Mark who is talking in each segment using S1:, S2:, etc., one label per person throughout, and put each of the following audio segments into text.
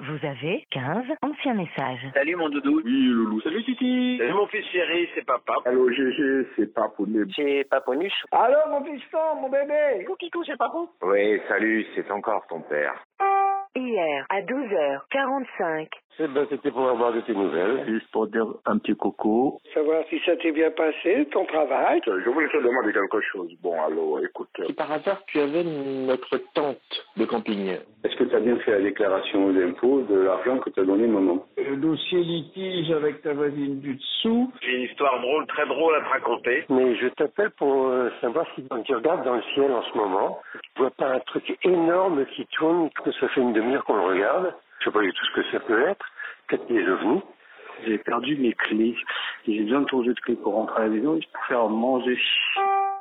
S1: Vous avez 15 anciens messages.
S2: Salut mon doudou.
S3: Oui, loulou.
S2: Salut Titi. Salut mon fils chéri, c'est papa.
S3: Allô, GG, c'est pas pour les...
S2: C'est Paponus.
S4: Allô, mon fiston, mon bébé Couquitou, c'est pas bon
S5: Oui, salut, c'est encore ton père.
S1: Hier, à 12h45,
S5: Eh ben, c'était pour avoir de tes nouvelles.
S3: Juste pour dire un petit coucou.
S4: Savoir si ça t'est bien passé, ton travail.
S3: Je voulais te demander quelque chose. Bon, alors, écoute.
S6: Si par hasard tu avais notre tente de camping.
S7: Est-ce que tu as bien fait la déclaration aux impôts de l'argent que t'a donné maman
S4: Le dossier litige avec ta voisine du dessous.
S2: J'ai une histoire drôle, très drôle à te raconter.
S5: Mais je t'appelle pour euh, savoir si quand tu regardes dans le ciel en ce moment, tu vois pas un truc énorme qui tourne, que ça fait une demi-heure qu'on le regarde. Je sais pas du tout ce que ça peut être. Peut-être des ovnis.
S7: J'ai perdu mes clés. J'ai besoin de changer de clés pour rentrer à la maison et pour faire manger.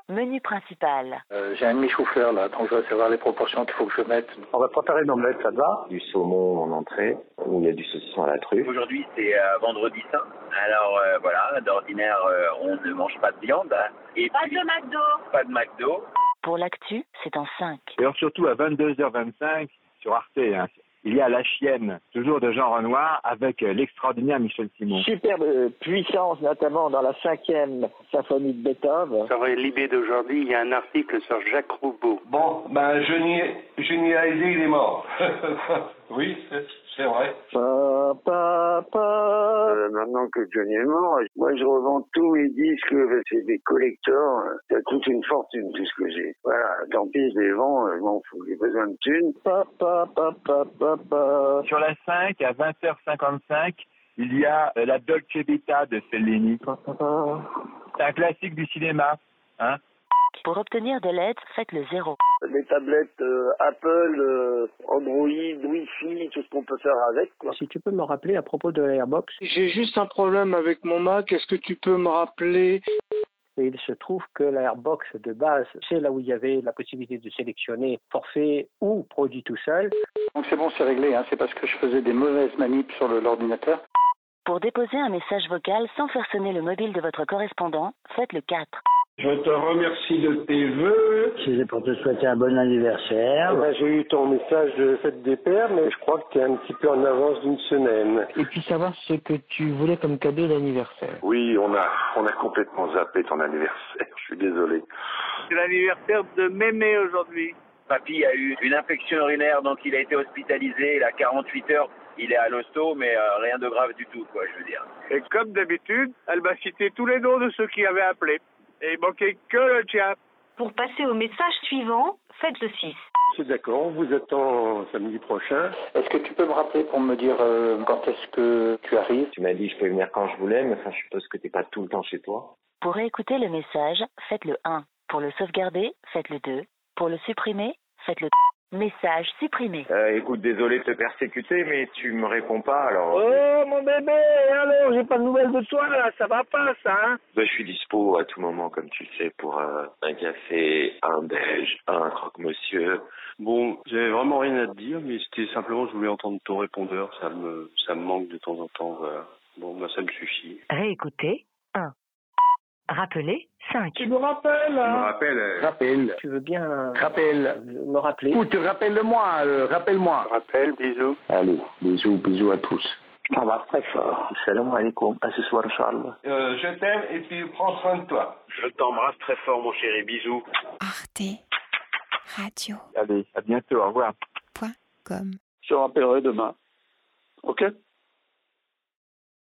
S1: menu principal,
S7: J'ai un demi-chauffeur là, donc je vais savoir les proportions qu'il faut que je mette. On va préparer une omelette, ça te va
S5: Du saumon en entrée, où il y a du saucisson à la truffe.
S2: Aujourd'hui, c'est euh, vendredi saint. Alors euh, voilà, d'ordinaire, euh, on ne mange pas de viande. hein. Et pas de McDo. Pas de McDo.
S1: pour l'actu, c'est en 5.
S8: Et alors surtout à 22h25 sur Arte, hein, il y a La Chienne, toujours de Jean Renoir, avec euh, l'extraordinaire Michel Simon.
S6: Superbe euh, puissance, notamment dans la cinquième symphonie de Beethoven.
S9: Sur euh, Libé d'aujourd'hui, il y a un article sur Jacques Roubaud.
S7: Bon, ben je n'y ai, je n'y ai aidé, il est mort. oui, c'est- c'est vrai.
S6: Pa, pa, pa.
S5: maintenant que Johnny est mort, moi je revends tous mes disques, c'est des collecteurs, c'est toute une fortune tout ce que j'ai. Voilà, tant pis, je les vends, je m'en fous, j'ai besoin de thunes.
S6: Pa, pa, pa, pa, pa, pa.
S8: Sur la 5, à 20h55, il y a euh, La Dolce Vita de Fellini. C'est un classique du cinéma. Hein
S1: Pour obtenir de l'aide, faites le 0.
S7: Les tablettes euh, Apple, euh, Android, Wi-Fi, tout ce qu'on peut faire avec. Quoi.
S4: Si tu peux me rappeler à propos de l'Airbox,
S10: J'ai juste un problème avec mon Mac. Est-ce que tu peux me rappeler
S4: et il se trouve que l'Airbox de base, c'est là où il y avait la possibilité de sélectionner forfait ou produit tout seul.
S7: Donc c'est bon, c'est réglé. Hein. C'est parce que je faisais des mauvaises manips sur le- l'ordinateur.
S1: Pour déposer un message vocal sans faire sonner le mobile de votre correspondant, faites le 4.
S4: Je te remercie de tes vœux.
S6: C'est pour te souhaiter un bon anniversaire.
S5: Eh ben, j'ai eu ton message de fête des pères, mais je crois que tu es un petit peu en avance d'une semaine.
S6: Et puis savoir ce que tu voulais comme cadeau d'anniversaire.
S3: Oui, on a, on a complètement zappé ton anniversaire. Je suis désolé.
S10: C'est l'anniversaire de Mémé aujourd'hui.
S2: Papy a eu une infection urinaire, donc il a été hospitalisé. Il a 48 heures. Il est à l'hosto, mais euh, rien de grave du tout, quoi, je veux dire.
S10: Et comme d'habitude, elle m'a cité tous les noms de ceux qui avaient appelé. Et il manquait que le tien.
S1: Pour passer au message suivant, faites le 6.
S5: C'est d'accord, on vous attend samedi prochain.
S7: Est-ce que tu peux me rappeler pour me dire euh, quand est-ce que tu arrives
S5: Tu m'as dit je pouvais venir quand je voulais, mais enfin je suppose que t'es pas tout le temps chez toi.
S1: Pour réécouter le message, faites le 1. Pour le sauvegarder, faites le 2. Pour le supprimer, faites le Message supprimé.
S5: Euh, écoute, désolé de te persécuter, mais tu me réponds pas, alors
S4: Oh, mon bébé, alors, j'ai pas de nouvelles de toi, là, ça va pas, ça, hein
S5: ben, je suis dispo à tout moment, comme tu le sais, pour euh, un café, un beige, un croque-monsieur.
S7: Bon, j'avais vraiment rien à te dire, mais c'était simplement je voulais entendre ton répondeur. Ça me, ça me manque de temps en temps. Voilà. Bon, bah ça me suffit.
S1: Réécoutez 1. Rappelez 5.
S4: Tu me rappelles, hein
S3: rappelle.
S7: Rappelle,
S4: Tu veux bien
S7: rappelle.
S4: me rappeler
S7: Écoute, rappelle-moi, rappelle-moi.
S9: Rappel, bisous.
S5: Allez, bisous, bisous à tous. Je t'embrasse très fort. Salam alaikum. À ce soir, Charles.
S7: je t'aime et puis prends soin de toi.
S2: Je t'embrasse très fort, mon chéri. Bisous.
S11: Arte Radio.
S8: Allez, à bientôt, au revoir.
S11: Comme.
S7: Je te rappellerai demain. Ok